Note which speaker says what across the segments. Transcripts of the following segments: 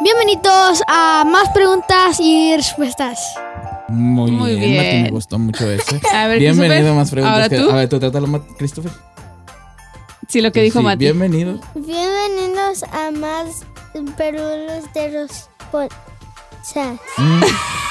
Speaker 1: Bienvenidos a más preguntas y respuestas.
Speaker 2: Muy,
Speaker 3: Muy
Speaker 2: bien, Mati, me
Speaker 3: bien.
Speaker 2: gustó mucho ese.
Speaker 3: A ver,
Speaker 2: Bienvenido a
Speaker 3: Christopher,
Speaker 2: más preguntas.
Speaker 3: ahora
Speaker 2: que-
Speaker 3: tú.
Speaker 2: A ver, tú trátalo, Ma- Christopher.
Speaker 3: Sí, lo que dijo
Speaker 2: Sí,
Speaker 3: Mati.
Speaker 2: Bienvenido.
Speaker 4: Bienvenidos a más Perúlos de Respuestas.
Speaker 2: Mm,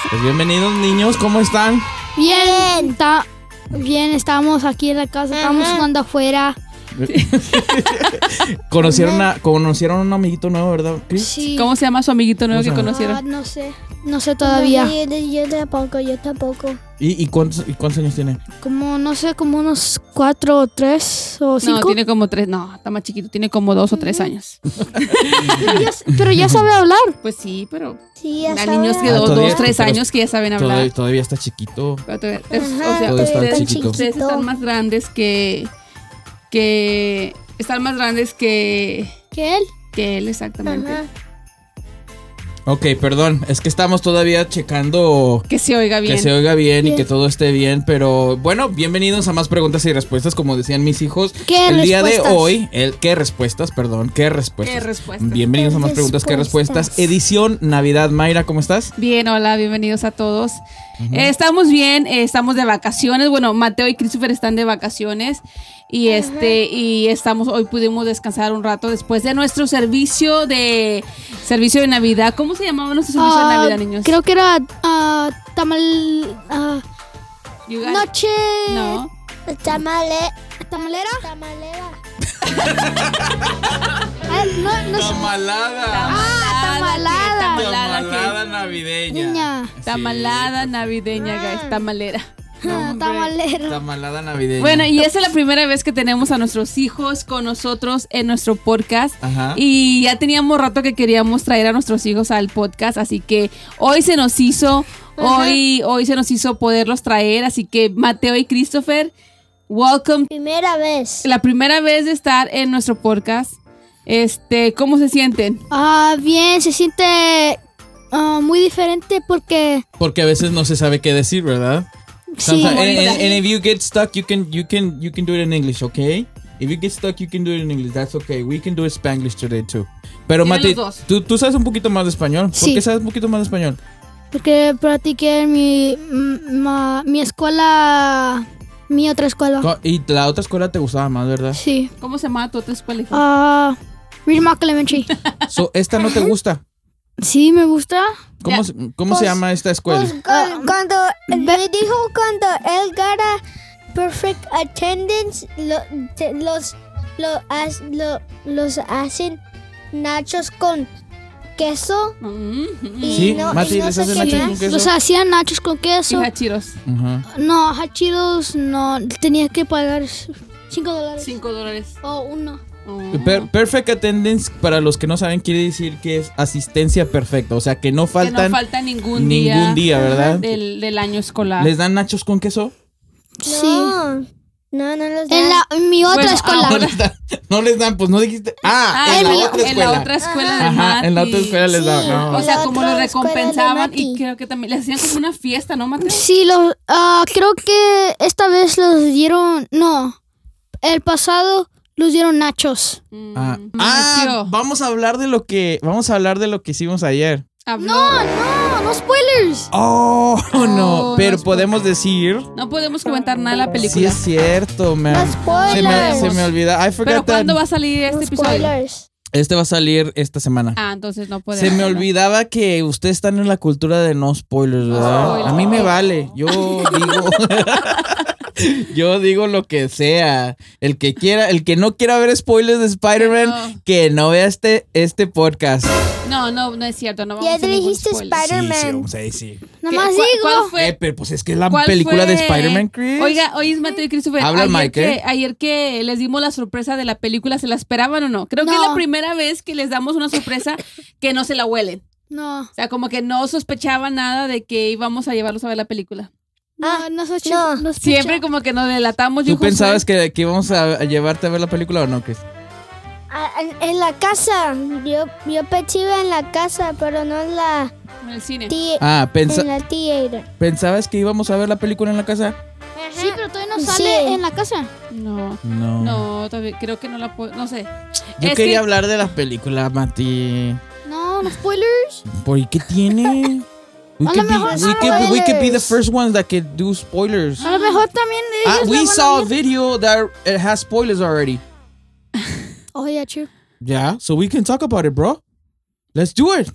Speaker 2: Pues bienvenidos, niños. ¿Cómo están?
Speaker 1: Bien. Está, bien, estamos aquí en la casa, estamos
Speaker 4: Ajá.
Speaker 1: jugando afuera.
Speaker 2: Conocieron a, conocieron a un amiguito nuevo, ¿verdad, Chris?
Speaker 1: Sí.
Speaker 3: ¿Cómo se llama su amiguito nuevo
Speaker 2: ¿Cómo se
Speaker 3: que
Speaker 2: llama?
Speaker 1: Ah,
Speaker 3: conocieron?
Speaker 1: no sé, no sé todavía.
Speaker 4: Yo, yo tampoco, yo tampoco.
Speaker 2: ¿Y, y cuántos, y cuántos años tiene?
Speaker 1: Como, no sé, como unos cuatro o tres o cinco.
Speaker 3: No, tiene como tres. No, está más chiquito. Tiene como dos o tres años.
Speaker 1: Pero ya sabe hablar.
Speaker 3: Pues sí, pero
Speaker 4: Sí,
Speaker 3: hay
Speaker 4: hasta
Speaker 3: niños que
Speaker 2: Ah,
Speaker 3: dos,
Speaker 2: todavía-
Speaker 3: dos, tres
Speaker 2: pero-
Speaker 3: años que ya saben hablar.
Speaker 2: Todavía, todavía está chiquito.
Speaker 3: Pero todavía- es-
Speaker 4: Ajá,
Speaker 3: o sea,
Speaker 2: todavía está
Speaker 3: ustedes,
Speaker 2: chiquito.
Speaker 3: ustedes están más grandes que. que. están más grandes que.
Speaker 1: ¿Qué él?
Speaker 3: que él, exactamente.
Speaker 4: Ajá.
Speaker 2: Ok, perdón. Es que estamos todavía checando
Speaker 3: Que se oiga bien.
Speaker 2: Que se oiga bien, y que todo esté bien, pero bueno, bienvenidos a más preguntas y respuestas, como decían mis hijos.
Speaker 1: ¿Qué
Speaker 2: el día de
Speaker 1: respuestas?
Speaker 2: hoy, el qué respuestas, perdón, qué respuestas.
Speaker 3: Qué respuestas.
Speaker 2: Bienvenidos a
Speaker 4: ¿Qué
Speaker 2: más preguntas, qué respuestas.
Speaker 4: respuestas?
Speaker 2: Edición Navidad, Mayra, ¿cómo estás?
Speaker 3: Bien, hola, bienvenidos a todos. Eh, estamos bien, eh, estamos de vacaciones. Bueno, Mateo y Christopher están de vacaciones y este y estamos hoy pudimos descansar un rato después de nuestro servicio de servicio de Navidad. ¿Cómo se llamaba nuestro servicio de
Speaker 1: Ah,
Speaker 3: Navidad, niños?
Speaker 1: Creo que era ah, tamal. ah,
Speaker 3: You got it.
Speaker 1: noche.
Speaker 3: no.
Speaker 4: Tamale,
Speaker 1: ¿Tamalera?
Speaker 4: tamalera.
Speaker 1: Ah, no, no sé. Ah,
Speaker 2: Tamalada.
Speaker 3: Ah,
Speaker 1: tamalada.
Speaker 3: Tamalada, que-
Speaker 2: navideña.
Speaker 1: Niña.
Speaker 3: tamalada navideña, guys, tamalera.
Speaker 1: Ah,
Speaker 2: hombre.
Speaker 1: tamalera.
Speaker 2: Tamalada navideña.
Speaker 3: Bueno, y esa es la primera vez que tenemos a nuestros hijos con nosotros en nuestro podcast.
Speaker 2: Ajá.
Speaker 3: Y ya teníamos rato que queríamos traer a nuestros hijos al podcast, así que hoy se nos hizo,
Speaker 4: Ajá.
Speaker 3: hoy, hoy se nos hizo poderlos traer, así que Mateo y Christopher, welcome.
Speaker 4: Primera vez.
Speaker 3: La primera vez de estar en nuestro podcast, este, ¿cómo se sienten?
Speaker 1: Ah, bien, se siente ah, muy diferente porque
Speaker 2: Porque a veces no se sabe qué decir, ¿verdad?
Speaker 1: sí,
Speaker 2: Sometimes- and, and- and if you get stuck, you can you can you can do it in English, okay? If you get stuck, you can do it in English. That's okay. We can do it Spanglish today too. Pero
Speaker 3: Tienen
Speaker 2: Mati,
Speaker 3: los dos.
Speaker 2: ¿tú, tú sabes un poquito más de español. ¿Por
Speaker 1: Sí.
Speaker 2: qué sabes un poquito más de español?
Speaker 1: porque practiqué en mi mm, ma- mi escuela, mi otra escuela.
Speaker 2: Co- Y la otra escuela te gustaba más, ¿verdad?
Speaker 1: Sí.
Speaker 3: ¿Cómo se llama tu otra escuela? hijo?
Speaker 1: Ah, Ridmark Elementary.
Speaker 2: So, esta no te gusta.
Speaker 1: sí, me gusta.
Speaker 2: ¿Cómo,
Speaker 3: Ya.
Speaker 2: se- cómo se
Speaker 4: Pues-
Speaker 2: llama esta escuela?
Speaker 4: Pues cu-
Speaker 1: Ah,
Speaker 4: cuando me dijo cuando él gana perfect attendance, lo- te- los, lo has- lo- los hacen nachos con queso.
Speaker 3: Mm, mm.
Speaker 4: Y
Speaker 2: Sí,
Speaker 4: no, y
Speaker 2: Mati,
Speaker 4: no
Speaker 2: ¿les
Speaker 4: sé
Speaker 2: hacen
Speaker 4: qué
Speaker 2: nachos
Speaker 4: más.
Speaker 2: con queso?
Speaker 1: Los hacían nachos con
Speaker 3: Y
Speaker 1: queso.
Speaker 3: hachiros,
Speaker 2: Ajá.
Speaker 1: No, hachiros no. Tenía que pagar 5 dólares.
Speaker 3: cinco dólares.
Speaker 1: O uno.
Speaker 3: Oh.
Speaker 2: Per- perfect attendance, para los que no saben, quiere decir que es asistencia perfecta. O sea, que no
Speaker 3: que no
Speaker 2: faltan
Speaker 3: falta ningún,
Speaker 2: ningún día, ¿verdad?
Speaker 3: Del, del año escolar.
Speaker 2: ¿Les dan nachos con queso?
Speaker 1: Sí.
Speaker 4: No, no los
Speaker 1: En
Speaker 4: dan.
Speaker 1: la, en mi otra
Speaker 3: Bueno,
Speaker 1: escuela.
Speaker 2: No
Speaker 3: ahora-
Speaker 2: les, dan, no les dan, pues no dijiste. Ah,
Speaker 3: Ah,
Speaker 2: en, la
Speaker 3: mi-
Speaker 2: otra
Speaker 3: en
Speaker 2: escuela.
Speaker 3: la otra escuela de
Speaker 2: Ajá, en la otra
Speaker 3: Mati.
Speaker 2: escuela les daban.
Speaker 4: Sí.
Speaker 2: no.
Speaker 3: O
Speaker 4: En
Speaker 3: sea,
Speaker 4: la
Speaker 3: como
Speaker 4: otra
Speaker 3: lo
Speaker 4: escuela de
Speaker 3: recompensaban y
Speaker 4: Mati.
Speaker 3: creo que también les hacían como una fiesta, ¿no, Mateo?
Speaker 1: Sí, los, ah, creo que esta vez los dieron. No. El pasado los dieron nachos.
Speaker 3: Mm,
Speaker 2: Ah, ah,
Speaker 3: Mateo,
Speaker 2: vamos a hablar de lo que vamos a hablar de lo que hicimos ayer.
Speaker 3: habló.
Speaker 4: Ah,
Speaker 1: No, no, no spoilers.
Speaker 3: Este
Speaker 2: Oh, no,
Speaker 3: no
Speaker 2: pero
Speaker 3: es
Speaker 2: podemos decir
Speaker 3: No podemos comentar nada de la
Speaker 2: si
Speaker 3: película.
Speaker 2: es cierto, man.
Speaker 4: No
Speaker 2: Se me,
Speaker 4: spoilers.
Speaker 2: se me olvida. I
Speaker 3: Pero
Speaker 2: forgot that.
Speaker 3: ¿cuándo va a salir este
Speaker 4: No
Speaker 3: episodio?
Speaker 4: spoilers.
Speaker 2: Este va a salir esta semana.
Speaker 3: Ah, entonces no podemos.
Speaker 2: se me
Speaker 3: hablar.
Speaker 2: olvidaba que ustedes están en la cultura de no spoilers, ¿verdad?
Speaker 3: spoilers.
Speaker 2: A mí me vale. Yo digo Yo digo lo que sea. El que quiera, el que no quiera ver spoilers de Spider-Man,
Speaker 3: No.
Speaker 2: que no vea este este podcast.
Speaker 3: No, no, no es cierto. No vamos
Speaker 4: Ya
Speaker 3: a hacer
Speaker 4: le
Speaker 3: ningún
Speaker 4: dijiste
Speaker 3: spoiler.
Speaker 4: Spider-
Speaker 2: Sí, sí,
Speaker 4: Spider-Man.
Speaker 2: vamos a decir.
Speaker 1: Nada más
Speaker 3: ¿Qué- cuál-
Speaker 1: digo.
Speaker 3: ¿Cuál fue?
Speaker 2: Eh, pero pues es que es la
Speaker 3: ¿Cuál
Speaker 2: película de
Speaker 3: fue?
Speaker 2: Spider-Man, Chris.
Speaker 3: Oiga, oye, es Mateo y Christopher.
Speaker 2: Habla el
Speaker 3: ayer,
Speaker 2: mic, ¿eh?
Speaker 3: que, ayer que les dimos la sorpresa de la película, ¿se la esperaban o no? Creo que es
Speaker 1: No.
Speaker 3: la primera vez que les damos una sorpresa que no se la huelen.
Speaker 1: No,
Speaker 3: O sea, como que no sospechaba nada de que íbamos a llevarlos a ver la película.
Speaker 1: no, no, sospe-
Speaker 4: no.
Speaker 1: no sospecha.
Speaker 3: Siempre como que nos delatamos. yo y
Speaker 2: ¿Tú
Speaker 3: Josué.
Speaker 2: pensabas que, que íbamos a, a llevarte a ver la película o no, Chris?
Speaker 4: Ah, En, en la casa, yo, yo pensaba en la casa, pero no en la,
Speaker 3: En el cine.
Speaker 4: ti-
Speaker 2: Ah, pensa-
Speaker 4: en la theater.
Speaker 2: ¿pensabas que íbamos a ver la película en la casa?
Speaker 1: Sí, pero todavía no sale
Speaker 4: Sí.
Speaker 1: en la casa.
Speaker 3: No.
Speaker 2: No.
Speaker 3: No, todavía creo que no la puedo. No sé.
Speaker 2: Yo
Speaker 3: Es
Speaker 2: quería
Speaker 3: que-
Speaker 2: hablar de la película, Mati.
Speaker 1: No, on spoilers?
Speaker 2: ¿Por qué tiene? We
Speaker 1: A
Speaker 2: could,
Speaker 1: lo
Speaker 2: be,
Speaker 1: mejor
Speaker 2: we,
Speaker 1: son
Speaker 2: could, we could be the
Speaker 4: spoilers.
Speaker 2: first ones that could do spoilers.
Speaker 1: A lo mejor también de
Speaker 2: Ah,
Speaker 1: ellos la
Speaker 2: we
Speaker 1: van a
Speaker 2: saw a
Speaker 1: ver.
Speaker 2: video that it has spoilers already.
Speaker 1: Oh, yeah, true.
Speaker 2: Yeah, so we can talk about it, bro. Let's do it.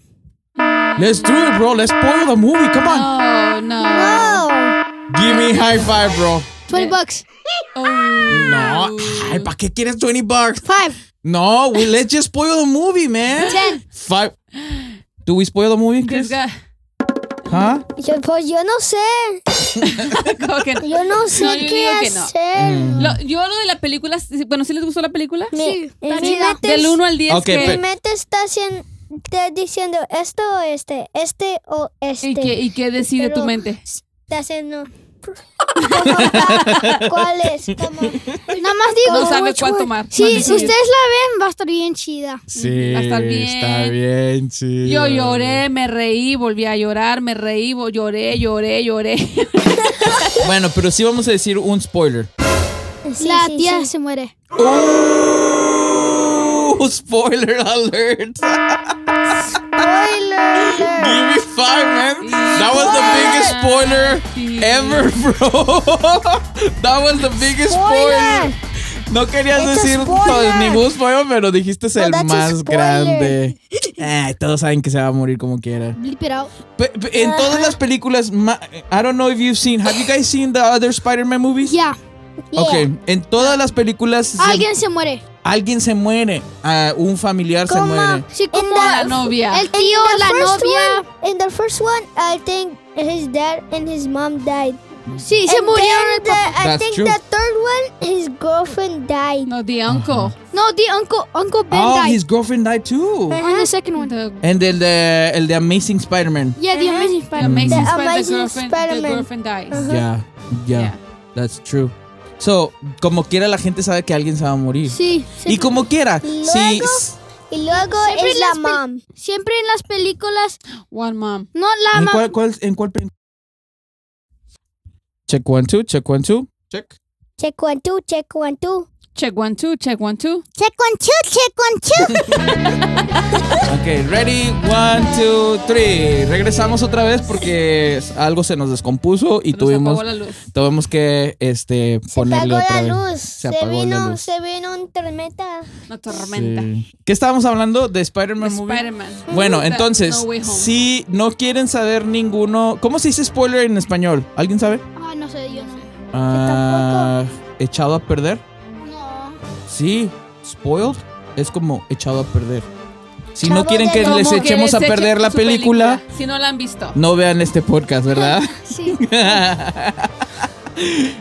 Speaker 2: Let's do it, bro. Let's spoil the movie. Come on.
Speaker 3: Oh, no.
Speaker 4: Oh,
Speaker 2: Give me high five, bro.
Speaker 1: 20 bucks.
Speaker 3: Oh.
Speaker 2: No. Ay, ¿para qué quieres 20 bucks?
Speaker 1: Five.
Speaker 2: No, we, let's just spoil the movie, man.
Speaker 1: Ten.
Speaker 2: Five. Do we spoil the movie,
Speaker 3: This
Speaker 2: Chris?
Speaker 3: guy-
Speaker 2: Huh?
Speaker 4: yo, pues yo no sé.
Speaker 3: como que-
Speaker 4: Yo no sé
Speaker 3: No, yo
Speaker 4: qué
Speaker 3: digo que no.
Speaker 4: hacer.
Speaker 2: Mm.
Speaker 3: Lo- yo lo de la película, sí- bueno, ¿sí les gustó la película?
Speaker 4: Me-
Speaker 1: Sí,
Speaker 4: mi
Speaker 1: está chida.
Speaker 4: mente
Speaker 3: Del
Speaker 4: es-
Speaker 3: 1 al 10.
Speaker 2: Ok,
Speaker 3: que-
Speaker 4: Mi
Speaker 2: pero-
Speaker 4: mente está, haciendo, está diciendo esto o este, este o este.
Speaker 3: ¿Y qué, ¿Y qué decide
Speaker 4: Pero-
Speaker 3: tu mente?
Speaker 4: Está haciendo. como, ¿Cuál es? Como,
Speaker 1: Nada más digo.
Speaker 3: No sabe
Speaker 4: which
Speaker 3: cuál
Speaker 4: one?
Speaker 3: tomar.
Speaker 1: Sí,
Speaker 3: Más
Speaker 1: si
Speaker 3: decidir.
Speaker 1: ustedes la ven, va a estar bien chida.
Speaker 2: Sí,
Speaker 3: Va a estar bien.
Speaker 2: está bien, sí.
Speaker 3: Yo lloré, me reí, volví a llorar, me reí, vo- lloré, lloré, lloré.
Speaker 2: Bueno, pero sí vamos a decir un spoiler.
Speaker 4: Sí,
Speaker 1: la
Speaker 4: sí,
Speaker 1: tía
Speaker 4: sí.
Speaker 1: se muere.
Speaker 2: Oh, spoiler alert.
Speaker 4: Spoiler.
Speaker 2: Give me five, man. That was the biggest spoiler ever, bro. That was the biggest spoiler.
Speaker 4: Spoiler.
Speaker 2: No querías
Speaker 4: It's a
Speaker 2: decir
Speaker 4: spoiler.
Speaker 2: to- ningún spoiler, pero dijiste es
Speaker 4: No,
Speaker 2: el
Speaker 4: that's a
Speaker 2: más
Speaker 4: spoiler.
Speaker 2: grande. Ay, todos saben que se va a morir como quiera.
Speaker 1: Blip it out.
Speaker 2: Pe- pe- en todas las películas, ma- I don't know if you've seen, have you guys seen the other Spider-Man movies?
Speaker 1: Ya.
Speaker 4: Yeah. Ah,
Speaker 2: Okay, en todas las películas se-
Speaker 1: Alguien se muere.
Speaker 2: alguien se muere, ah, un familiar se
Speaker 4: ¿Cómo?
Speaker 2: muere.
Speaker 1: Sí, como
Speaker 3: La novia.
Speaker 1: el tío,
Speaker 4: In the
Speaker 1: la
Speaker 4: first
Speaker 1: novia.
Speaker 4: One, in the first one, I think his dad and his mom died.
Speaker 1: Sí, se
Speaker 4: And
Speaker 1: murieron. el
Speaker 4: then the-
Speaker 1: pap-
Speaker 4: I
Speaker 2: That's
Speaker 4: think
Speaker 2: true.
Speaker 4: the third one, his girlfriend died.
Speaker 3: No, the uncle.
Speaker 1: No, the uncle, uncle Ben
Speaker 2: Oh,
Speaker 1: died
Speaker 2: his girlfriend died too.
Speaker 1: on the second one.
Speaker 3: The-
Speaker 2: And el de, el de Amazing Spider-Man.
Speaker 1: Yeah, the amazing
Speaker 3: the
Speaker 1: Spider-Man.
Speaker 3: amazing
Speaker 4: The
Speaker 3: Spider- the
Speaker 4: amazing
Speaker 3: girlfriend- The
Speaker 4: Spider-Man.
Speaker 3: girlfriend dies.
Speaker 2: Yeah, yeah,
Speaker 3: Yeah.
Speaker 2: that's true. So, como quiera la gente sabe que alguien se va a morir.
Speaker 1: Sí.
Speaker 2: y
Speaker 1: siempre-
Speaker 2: como quiera, si
Speaker 4: Luego- Y luego
Speaker 1: Siempre
Speaker 4: es la
Speaker 1: las pel-
Speaker 4: mom.
Speaker 1: Siempre en las películas.
Speaker 3: One mom.
Speaker 1: ah, No, la
Speaker 2: ¿en
Speaker 1: mamá.
Speaker 2: cuál, cuál- en cuál pe- Check one two, check one two. Check.
Speaker 4: Check one, two, check one, two.
Speaker 3: Check one, two, check one, two.
Speaker 4: Check one, two, check one, two.
Speaker 2: Okay, ready one two three. Regresamos otra vez porque algo se nos descompuso y
Speaker 3: Nos
Speaker 2: tuvimos
Speaker 3: apagó la luz.
Speaker 2: tuvimos que este
Speaker 4: Se
Speaker 2: ponerle
Speaker 4: apagó
Speaker 2: otra
Speaker 4: la
Speaker 2: vez.
Speaker 4: luz.
Speaker 2: Se
Speaker 4: Se,
Speaker 2: apagó la
Speaker 4: vino,
Speaker 2: luz.
Speaker 4: se vino un tormenta.
Speaker 3: Una tormenta.
Speaker 2: Sí. ¿Qué estábamos hablando de Spider-Man movie?
Speaker 3: Spider-Man.
Speaker 2: Bueno,
Speaker 3: The-
Speaker 2: entonces,
Speaker 3: No Way Home.
Speaker 2: si no quieren saber ninguno, ¿cómo se dice spoiler en español? ¿Alguien sabe?
Speaker 1: Ah, no sé, yo sé.
Speaker 2: Ah, echado a perder.
Speaker 1: No.
Speaker 2: Sí, spoiled es como echado a perder. Si no
Speaker 4: Echado
Speaker 2: quieren
Speaker 4: de-
Speaker 2: que les
Speaker 3: Como que
Speaker 2: echemos a
Speaker 3: les
Speaker 2: perder
Speaker 3: echen
Speaker 2: la
Speaker 3: su
Speaker 2: película,
Speaker 3: Si no la han visto.
Speaker 2: no vean este podcast, ¿verdad?
Speaker 1: Sí.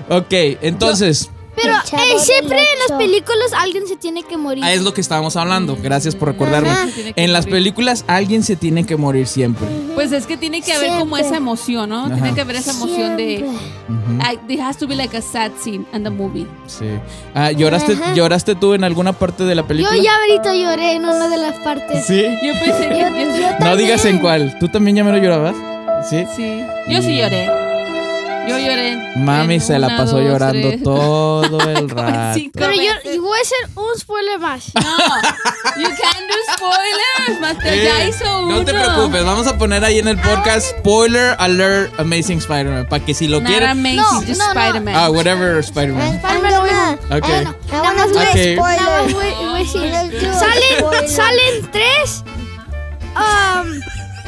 Speaker 2: ok, entonces,
Speaker 1: Pero
Speaker 4: El chavo
Speaker 1: eh,
Speaker 4: del
Speaker 1: siempre en las
Speaker 4: ocho.
Speaker 1: películas alguien se tiene que morir.
Speaker 2: ah, es lo que estábamos hablando. Gracias por recordarme.
Speaker 4: Ajá.
Speaker 3: Tiene que
Speaker 2: Ah. En las
Speaker 3: morir.
Speaker 2: películas alguien se tiene que morir siempre.
Speaker 3: Pues es que tiene que haber como
Speaker 4: Siempre.
Speaker 3: esa emoción, ¿no?
Speaker 2: Ajá.
Speaker 3: Tiene que haber esa emoción de.
Speaker 4: Siempre.
Speaker 2: Ujú,
Speaker 3: I- there has to be like a sad scene in the movie.
Speaker 2: sí. Ah, ¿lloraste,
Speaker 4: Ajá.
Speaker 2: ¿Lloraste tú en alguna parte de la
Speaker 1: Yo
Speaker 2: película?
Speaker 1: ya ahorita lloré en una de las partes.
Speaker 2: Sí.
Speaker 3: Yo pensé que. yo-
Speaker 2: No digas en cuál. ¿Tú también ya me lo llorabas? Sí.
Speaker 3: Sí. Yo sí lloré. Yo lloré.
Speaker 2: Mami
Speaker 3: en
Speaker 2: se la
Speaker 3: una,
Speaker 2: pasó
Speaker 3: dos,
Speaker 2: llorando
Speaker 3: tres,
Speaker 2: todo el rato.
Speaker 3: cinco
Speaker 1: Pero yo,
Speaker 3: veces.
Speaker 1: y voy a hacer un spoiler más.
Speaker 3: No. You can't do spoilers, Mateo.
Speaker 2: Eh,
Speaker 3: ya hizo uno.
Speaker 2: No te preocupes, vamos a poner ahí en el podcast spoiler alert Amazing Spider-Man para que si lo
Speaker 3: Not
Speaker 2: quieren.
Speaker 3: amazing,
Speaker 1: No,
Speaker 3: just
Speaker 1: no, no.
Speaker 3: Spider-Man.
Speaker 2: Ah, whatever Spider-Man.
Speaker 4: I'm
Speaker 1: Spider-Man Way
Speaker 4: gonna-
Speaker 1: Home.
Speaker 3: Ah,
Speaker 2: Ok.
Speaker 1: Bueno,
Speaker 4: I
Speaker 1: nada más
Speaker 4: wanna do
Speaker 1: voy
Speaker 2: Ok.
Speaker 4: a
Speaker 1: nada más
Speaker 4: spoiler.
Speaker 1: Ah, voy- voy a decir.
Speaker 4: Let's do a
Speaker 1: Salen,
Speaker 4: spoiler.
Speaker 1: salen tres. um,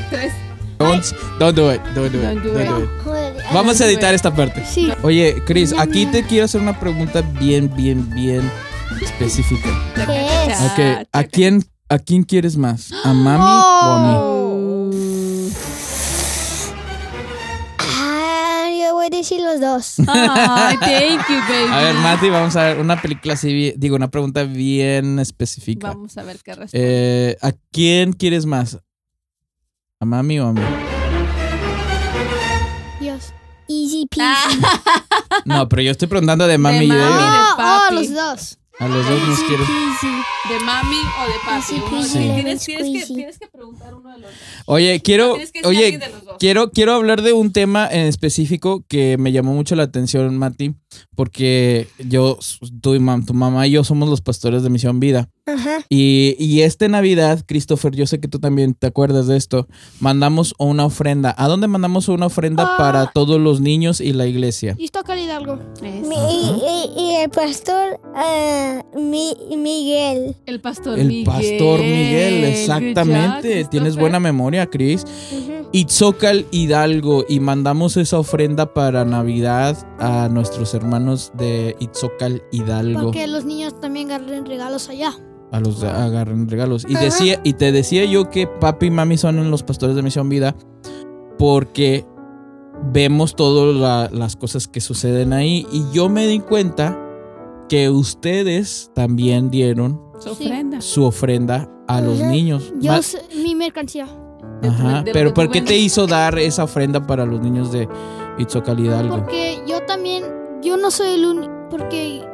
Speaker 3: Tres.
Speaker 2: Don't, don't do it, don't do it,
Speaker 3: Don't
Speaker 2: don't
Speaker 3: do
Speaker 2: do
Speaker 3: it. Ah,
Speaker 2: it.
Speaker 4: Joder.
Speaker 2: Vamos a editar esta parte.
Speaker 1: sí.
Speaker 2: Oye, Chris, aquí te quiero hacer una pregunta bien, bien, bien específica.
Speaker 4: ¿Qué es?
Speaker 3: Ah,
Speaker 2: Ok, ¿a
Speaker 3: checa.
Speaker 2: quién, a quién quieres más? ¿A mami o a
Speaker 3: ¡Oh!
Speaker 2: mí?
Speaker 1: Oh.
Speaker 4: Ah, yo voy a decir los dos.
Speaker 3: Ay, thank you, baby.
Speaker 2: ah. A ver, Mati, vamos a ver una película así, bi- digo, una pregunta bien específica.
Speaker 3: Vamos a ver qué responde.
Speaker 2: Eh, ¿A quién quieres más? ¿A mami o a mí?
Speaker 1: Dios.
Speaker 4: Easy peasy.
Speaker 3: Ah.
Speaker 2: No, pero yo estoy preguntando de mami y de
Speaker 3: mami.
Speaker 2: ella.
Speaker 1: Oh, oh,
Speaker 3: papi.
Speaker 1: los dos.
Speaker 2: A los dos nos quieren.
Speaker 3: ¿De mami o de papi?
Speaker 4: Así
Speaker 1: pues,
Speaker 3: Uno de los-
Speaker 2: Sí.
Speaker 3: tienes, tienes que,
Speaker 4: squeezy.
Speaker 3: tienes que preguntar uno de los dos.
Speaker 2: Oye, quiero,
Speaker 3: tienes que decir
Speaker 2: oye,
Speaker 3: alguien de los dos.
Speaker 2: quiero, quiero hablar de un tema en específico que me llamó mucho la atención, Mati, porque yo, tú y mam- tu mamá y yo somos los pastores de Misión Vida.
Speaker 4: Ajá.
Speaker 2: Y, y esta Navidad, Christopher, yo sé que tú también te acuerdas de esto, mandamos una ofrenda. ¿A dónde mandamos una ofrenda
Speaker 1: Ah.
Speaker 2: para todos los niños y la iglesia?
Speaker 1: Y está Hidalgo.
Speaker 4: Mi- y, y- y el pastor ah, Mi- Miguel.
Speaker 3: El pastor
Speaker 2: El
Speaker 3: Miguel.
Speaker 2: pastor Miguel,
Speaker 3: Good
Speaker 2: exactamente.
Speaker 3: job,
Speaker 2: Tienes
Speaker 3: Christopher.
Speaker 2: buena memoria, Chris.
Speaker 4: Ujú.
Speaker 2: Itzócal Hidalgo y mandamos esa ofrenda para Navidad a nuestros hermanos de Itzócal
Speaker 1: Para
Speaker 2: Hidalgo.
Speaker 1: que los niños también agarren regalos allá.
Speaker 2: A los de- agarren regalos. Y,
Speaker 4: Ajá.
Speaker 2: decía, y te decía yo que papi y mami son los pastores de Misión Vida porque vemos todas las cosas que suceden ahí. Y yo me di cuenta que ustedes también dieron
Speaker 3: Su ofrenda.
Speaker 2: su ofrenda a los
Speaker 4: Ajá.
Speaker 2: niños.
Speaker 1: Yo
Speaker 2: Ma-
Speaker 1: sé- mi mercancía.
Speaker 3: de-
Speaker 2: Ajá,
Speaker 3: de lo
Speaker 2: pero
Speaker 3: que
Speaker 2: ¿por
Speaker 3: tú
Speaker 2: qué te
Speaker 3: vendes.
Speaker 2: hizo dar esa ofrenda para los niños de Itzocal Hidalgo?
Speaker 1: Porque yo también, yo no soy el único, porque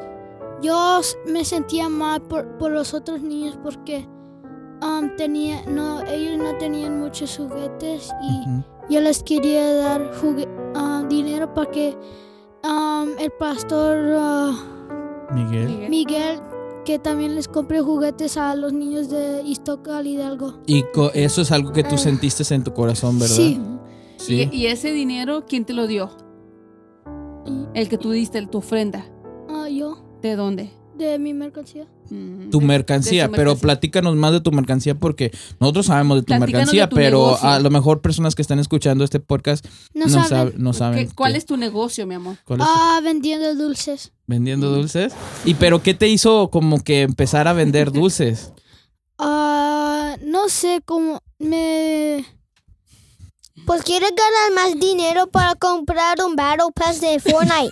Speaker 1: yo s- me sentía mal por, por los otros niños porque um, tenía, no, ellos no tenían muchos juguetes y
Speaker 2: Ujú.
Speaker 1: yo les quería dar jugue- um, dinero para que um, el pastor uh,
Speaker 2: Miguel.
Speaker 3: Miguel.
Speaker 1: Miguel que también les compre juguetes a los niños de Istocal Hidalgo.
Speaker 2: Y co- eso es algo que tú sentiste en tu corazón, ¿verdad?
Speaker 1: Sí.
Speaker 2: Sí.
Speaker 3: Y, y ese dinero, ¿quién te lo dio? El que tú diste, el- tu ofrenda.
Speaker 1: Ah, yo,
Speaker 3: ¿De dónde?
Speaker 1: de mi mercancía.
Speaker 3: Mm,
Speaker 2: Tu
Speaker 3: de-
Speaker 2: mercancía,
Speaker 3: de su
Speaker 2: pero
Speaker 3: mercancía.
Speaker 2: platícanos más de tu mercancía porque nosotros sabemos de tu
Speaker 3: Platícanos
Speaker 2: mercancía,
Speaker 3: de tu
Speaker 2: pero
Speaker 3: negocio.
Speaker 2: a lo mejor personas que están escuchando este podcast
Speaker 1: No,
Speaker 2: no,
Speaker 1: saben.
Speaker 2: saben, no saben.
Speaker 3: ¿Qué- ¿Cuál
Speaker 2: qué-
Speaker 3: es tu negocio, mi amor?
Speaker 2: cuál es-
Speaker 1: Ah, vendiendo dulces.
Speaker 2: ¿Vendiendo dulces? ¿Y pero qué te hizo como que empezar a vender dulces?
Speaker 1: Ah, no sé cómo me
Speaker 4: Pues quiere ganar más dinero para comprar un Battle Pass de Fortnite.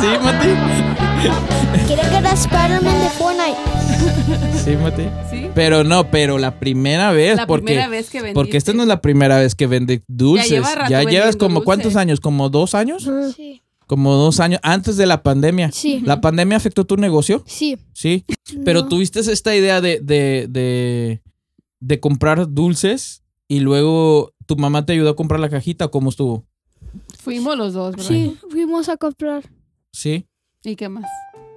Speaker 2: ¿Sí, Mati?
Speaker 4: quiere ganar Spider-Man de Fortnite.
Speaker 2: Sí, Mati.
Speaker 3: ¿Sí?
Speaker 2: Pero no, pero la primera vez,
Speaker 3: La
Speaker 2: porque
Speaker 3: primera vez que vendiste.
Speaker 2: Porque esta no es la primera vez que vende dulces. Ya,
Speaker 3: lleva rato
Speaker 2: llevas
Speaker 3: vendiendo
Speaker 2: como
Speaker 3: dulces.
Speaker 2: cuántos años, como dos años,
Speaker 1: sí,
Speaker 2: como dos años antes de la pandemia.
Speaker 1: sí,
Speaker 2: La pandemia afectó tu negocio,
Speaker 1: sí.
Speaker 2: sí. Pero
Speaker 1: No.
Speaker 2: tuviste esta idea de, de, de, de comprar dulces y luego tu mamá te ayudó a comprar la cajita, ¿o ¿cómo estuvo?
Speaker 3: Fuimos los dos, ¿verdad?
Speaker 1: sí, fuimos a comprar,
Speaker 2: Sí.
Speaker 3: ¿Y qué más?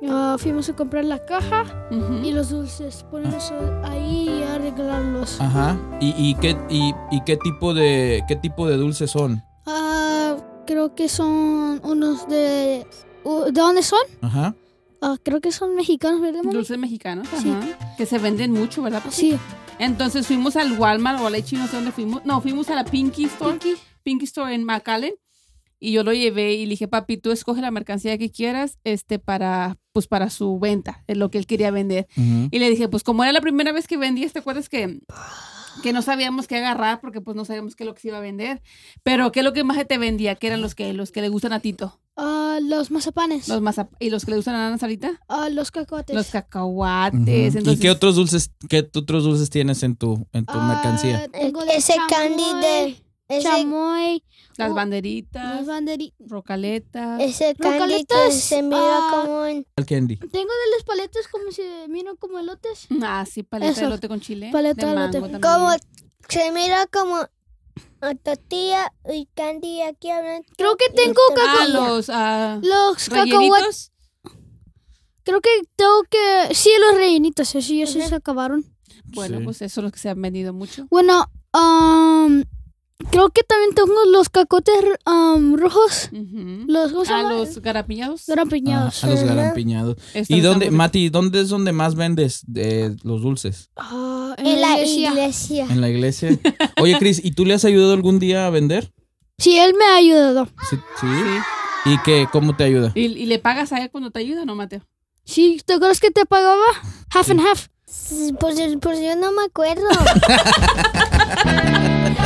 Speaker 1: ah, fuimos a comprar la caja
Speaker 3: Ujú.
Speaker 1: y los dulces, ponerlos ahí y arreglarlos.
Speaker 2: Ajá. ¿Y, y qué, y, y qué tipo de qué tipo de dulces son?
Speaker 1: Ah, creo que son unos de uh, ¿De dónde son?
Speaker 2: Ajá.
Speaker 1: Ah, creo que son mexicanos, ¿verdad? mami?
Speaker 3: Dulces mexicanos,
Speaker 1: Sí.
Speaker 3: ajá, que se venden mucho, ¿verdad? papi?
Speaker 1: Sí,
Speaker 3: Entonces fuimos al Walmart o a la H&M, no sé dónde fuimos. No, fuimos a la Pinky Store, Pinky, Store en McAllen. Y yo lo llevé y le dije, papi, tú escoge la mercancía que quieras este, para, pues, para su venta, de lo que él quería vender.
Speaker 2: Ujú.
Speaker 3: Y le dije, pues como era la primera vez que vendías, ¿te acuerdas que, que no sabíamos qué agarrar porque pues no sabíamos qué es lo que se iba a vender? Pero ¿qué es lo que más se te vendía? ¿Qué eran los que, los que le gustan a Tito?
Speaker 1: Ah, los mazapanes,
Speaker 3: Los mazap- ¿Y los que le gustan a Ana Sarita?
Speaker 1: Ah, los cacahuates.
Speaker 3: Los
Speaker 2: Ujú.
Speaker 3: cacahuates.
Speaker 2: ¿Y
Speaker 3: Entonces,
Speaker 2: qué otros dulces, qué otros dulces tienes en tu, en tu
Speaker 1: Ah,
Speaker 2: mercancía?
Speaker 1: tengo de
Speaker 4: Ese candy
Speaker 1: chamoy,
Speaker 4: de- Ese, Ah.
Speaker 1: chamoy,
Speaker 3: Las
Speaker 1: Oh,
Speaker 3: banderitas,
Speaker 1: las banderitas.
Speaker 3: rocaletas.
Speaker 1: Eh,
Speaker 4: ese candy que
Speaker 1: Rocaletas,
Speaker 4: se mira
Speaker 1: ah.
Speaker 4: como un...
Speaker 2: El candy.
Speaker 1: Tengo de las paletas como si miran como elotes.
Speaker 3: Ah, sí, paleta de
Speaker 1: Eso.
Speaker 3: elote con chile.
Speaker 1: Paleta de elote.
Speaker 3: mango
Speaker 4: Como...
Speaker 3: también.
Speaker 4: Se mira como una tortilla y candy aquí hablando.
Speaker 1: Creo que tengo
Speaker 3: Ah,
Speaker 1: cacahuates.
Speaker 3: los ah,
Speaker 1: Los cacahuates.
Speaker 3: rellenitos.
Speaker 1: Creo que tengo que. Sí, los rellenitos, eso ya se
Speaker 4: Ujú.
Speaker 1: acabaron.
Speaker 3: Bueno,
Speaker 2: Sí.
Speaker 3: pues eso es lo que se han vendido mucho.
Speaker 1: Bueno, am, creo que también tengo los cacotes am, rojos.
Speaker 3: Ujú.
Speaker 1: Los, ¿cómo se
Speaker 3: Ah,
Speaker 1: llaman?
Speaker 3: los garapiñados.
Speaker 1: Eran
Speaker 2: Ah,
Speaker 1: piñados.
Speaker 2: a los
Speaker 4: Ajá.
Speaker 2: garampiñados.
Speaker 3: Estos
Speaker 2: ¿Y
Speaker 3: están
Speaker 2: dónde,
Speaker 3: muy
Speaker 2: Mati, dónde es donde más vendes de los dulces?
Speaker 1: Ah, en
Speaker 4: En
Speaker 1: la
Speaker 4: la
Speaker 1: iglesia.
Speaker 4: iglesia.
Speaker 2: ¿En la iglesia? Oye, Cris, ¿y tú le has ayudado algún día a vender?
Speaker 1: Sí, él me ha ayudado.
Speaker 2: Sí. sí. ¿Y qué? ¿Cómo te ayuda?
Speaker 3: ¿Y, y le pagas a él cuando te ayuda, no, Mateo?
Speaker 1: Sí, ¿te acuerdas que te pagaba? Half and half.
Speaker 4: Pues, pues yo no me acuerdo.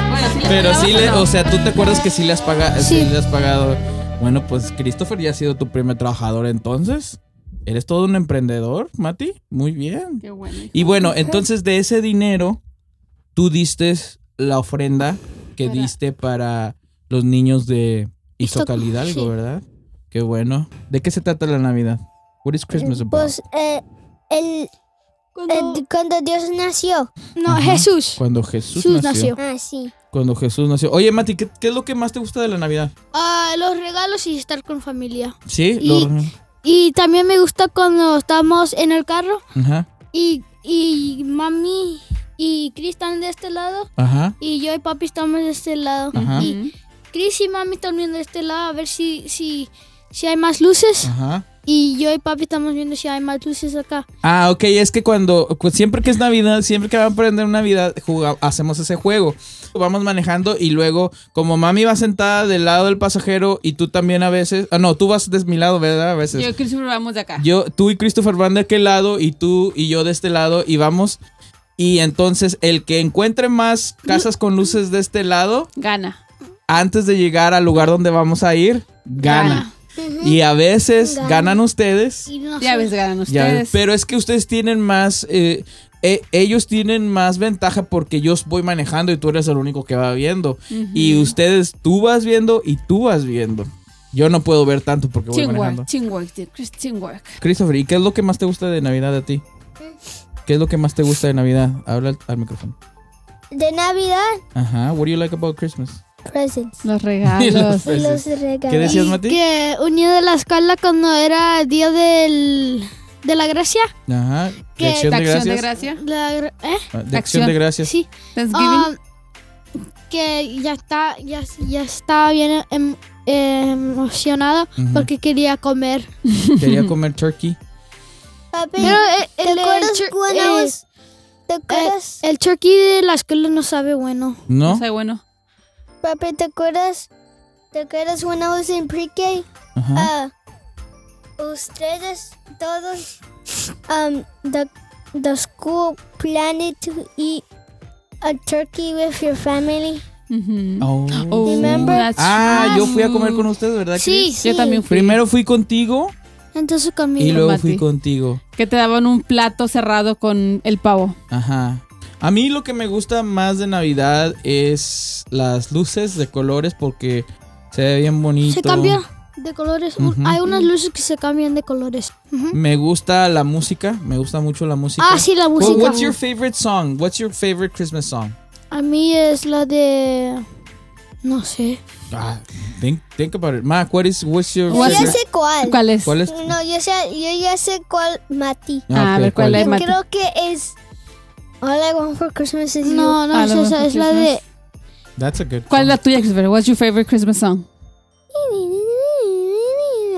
Speaker 3: Bueno, ¿sí le
Speaker 2: Pero
Speaker 3: pagabas
Speaker 2: sí,
Speaker 3: o
Speaker 2: le,
Speaker 3: no?
Speaker 2: o sea, ¿tú te acuerdas que sí le has, paga-
Speaker 1: Sí.
Speaker 2: sí le has pagado? Bueno, pues Christopher ya ha sido tu primer trabajador entonces. ¿Eres todo un emprendedor, Mati? Muy bien.
Speaker 3: Qué bueno. hijo.
Speaker 2: Y bueno, entonces de ese dinero, tú diste la ofrenda que
Speaker 3: Para-
Speaker 2: diste para los niños de
Speaker 1: Iztoc-
Speaker 2: Iztocal Hidalgo,
Speaker 1: sí.
Speaker 2: ¿verdad? Qué bueno. ¿De qué se trata la Navidad? What is Christmas about?
Speaker 4: Pues eh, el,
Speaker 1: Cuando,
Speaker 4: el- cuando Dios nació.
Speaker 1: Eh, no,
Speaker 2: Ajá.
Speaker 1: Jesús.
Speaker 2: Cuando Jesús
Speaker 1: Jesús
Speaker 2: nació.
Speaker 1: nació.
Speaker 4: Ah, sí.
Speaker 2: Cuando Jesús nació. Oye, Mati, ¿qué, qué es lo que más te gusta de la Navidad?
Speaker 1: Ah, los regalos y estar con familia.
Speaker 2: Sí,
Speaker 1: Y-
Speaker 2: Lo-
Speaker 1: Y también me gusta cuando estamos en el carro
Speaker 2: Ajá.
Speaker 1: y, y mami y Chris están de este lado
Speaker 2: Ajá.
Speaker 1: y yo y papi estamos de este lado.
Speaker 2: Ajá.
Speaker 1: Y Chris y mami están viendo de este lado a ver si, si, si hay más luces.
Speaker 2: Ajá.
Speaker 1: Y yo y papi estamos viendo si hay más luces acá.
Speaker 2: Ah, ok, es que cuando, cu- siempre que es Navidad, siempre que va a prender Navidad, juga- hacemos ese juego. Vamos manejando y luego, como mami va sentada del lado del pasajero y tú también a veces, ah, no, tú vas de mi lado, ¿verdad? A veces.
Speaker 3: Yo y Christopher vamos de acá.
Speaker 2: Yo, tú y Christopher van de aquel lado y tú y yo de este lado y vamos. Y entonces el que encuentre más casas con luces de este lado,
Speaker 3: Gana.
Speaker 2: antes de llegar al lugar donde vamos a ir, gana. Y a veces
Speaker 4: Gana.
Speaker 2: ganan ustedes.
Speaker 1: Y no
Speaker 3: Ya
Speaker 1: sé.
Speaker 3: ves, ganan
Speaker 2: Ya,
Speaker 3: ustedes.
Speaker 2: pero es que ustedes tienen más, eh, eh, ellos tienen más ventaja porque yo voy manejando y tú eres el único que va viendo.
Speaker 3: Ujú.
Speaker 2: Y ustedes, tú vas viendo y tú vas viendo. Yo no puedo ver tanto porque voy manejando.
Speaker 3: Teamwork, teamwork, dude. Chris, teamwork.
Speaker 2: Christopher, ¿y qué es lo que más te gusta de Navidad a ti? ¿Qué es lo que más te gusta de Navidad? Habla al, al micrófono.
Speaker 4: De Navidad,
Speaker 2: Ajá, what do you like about Christmas?
Speaker 3: Los
Speaker 4: presents.
Speaker 2: Y los
Speaker 3: regalos.
Speaker 4: Y los
Speaker 2: peces.
Speaker 4: regalos.
Speaker 2: ¿Qué decías,
Speaker 1: Y
Speaker 2: Mati?
Speaker 1: Que unido de la escala cuando era día del, de la gracia.
Speaker 2: Ajá,
Speaker 1: que
Speaker 2: de acción
Speaker 3: La
Speaker 2: de
Speaker 3: acción de
Speaker 2: gracias.
Speaker 3: gracia.
Speaker 1: La, gra- ¿Eh?
Speaker 2: Ah, De acción de
Speaker 3: Acción.
Speaker 2: gracias.
Speaker 1: Sí.
Speaker 3: Thanksgiving.
Speaker 1: Ah, Um, que ya está, ya, ya estaba bien em- emocionado
Speaker 2: Ujú.
Speaker 1: porque quería comer.
Speaker 2: Quería comer turkey.
Speaker 4: Papi,
Speaker 1: Pero eh,
Speaker 4: ¿te
Speaker 1: el, el,
Speaker 4: acuerdas
Speaker 1: tur-
Speaker 4: cuando
Speaker 1: eh,
Speaker 4: es- ¿Te acuerdas?
Speaker 1: el turkey de la escuela no sabe bueno.
Speaker 2: ¿No?
Speaker 3: O sea, Pues bueno.
Speaker 4: Papi, ¿te acuerdas? ¿Te acuerdas when I was in pre-K?
Speaker 2: Ajá.
Speaker 4: Ah, ustedes todos um the the school planned to eat a turkey with your family.
Speaker 3: Ujú.
Speaker 2: Oh.
Speaker 3: Oh,
Speaker 4: Remember?
Speaker 3: that's
Speaker 2: Ah,
Speaker 3: right.
Speaker 2: yo fui a comer con ustedes, ¿verdad?
Speaker 1: Sí,
Speaker 2: Chris?
Speaker 1: sí.
Speaker 3: Yo también fui.
Speaker 2: Primero fui contigo
Speaker 1: Entonces
Speaker 2: y
Speaker 1: comí.
Speaker 2: luego
Speaker 3: Mati.
Speaker 2: fui contigo.
Speaker 3: Que te daban un plato cerrado con el pavo.
Speaker 2: Ajá. A mí lo que me gusta más de Navidad es las luces de colores porque se ve bien bonito.
Speaker 1: Se cambia de colores. Un-
Speaker 2: Ujú.
Speaker 1: Hay unas luces que se cambian de colores. Ujú.
Speaker 2: Me gusta la música, me gusta mucho la música.
Speaker 1: Ah, sí, la
Speaker 2: Well,
Speaker 1: música.
Speaker 2: what's your favorite song? What's your favorite Christmas song?
Speaker 1: A mí es la de... No sé.
Speaker 2: Ah, think, think about it. Mac, what is, what's your
Speaker 4: Yo
Speaker 3: What's
Speaker 4: ya
Speaker 2: favorite?
Speaker 4: sé cuál.
Speaker 3: ¿Cuál es?
Speaker 2: ¿Cuál es?
Speaker 4: No, yo sé, yo ya sé cuál, Mati.
Speaker 2: Ah,
Speaker 3: A
Speaker 2: ok,
Speaker 3: ver, ¿cuál
Speaker 4: Yo
Speaker 3: es? Mati.
Speaker 4: creo que es All I Want for Christmas is You.
Speaker 1: No, no
Speaker 2: Ah,
Speaker 3: A
Speaker 1: es
Speaker 3: lo
Speaker 1: esa.
Speaker 3: mejor
Speaker 1: Es la de...
Speaker 2: That's a good
Speaker 3: ¿Cuál es la
Speaker 2: song.
Speaker 3: tuya, Christopher? What's your favorite Christmas song?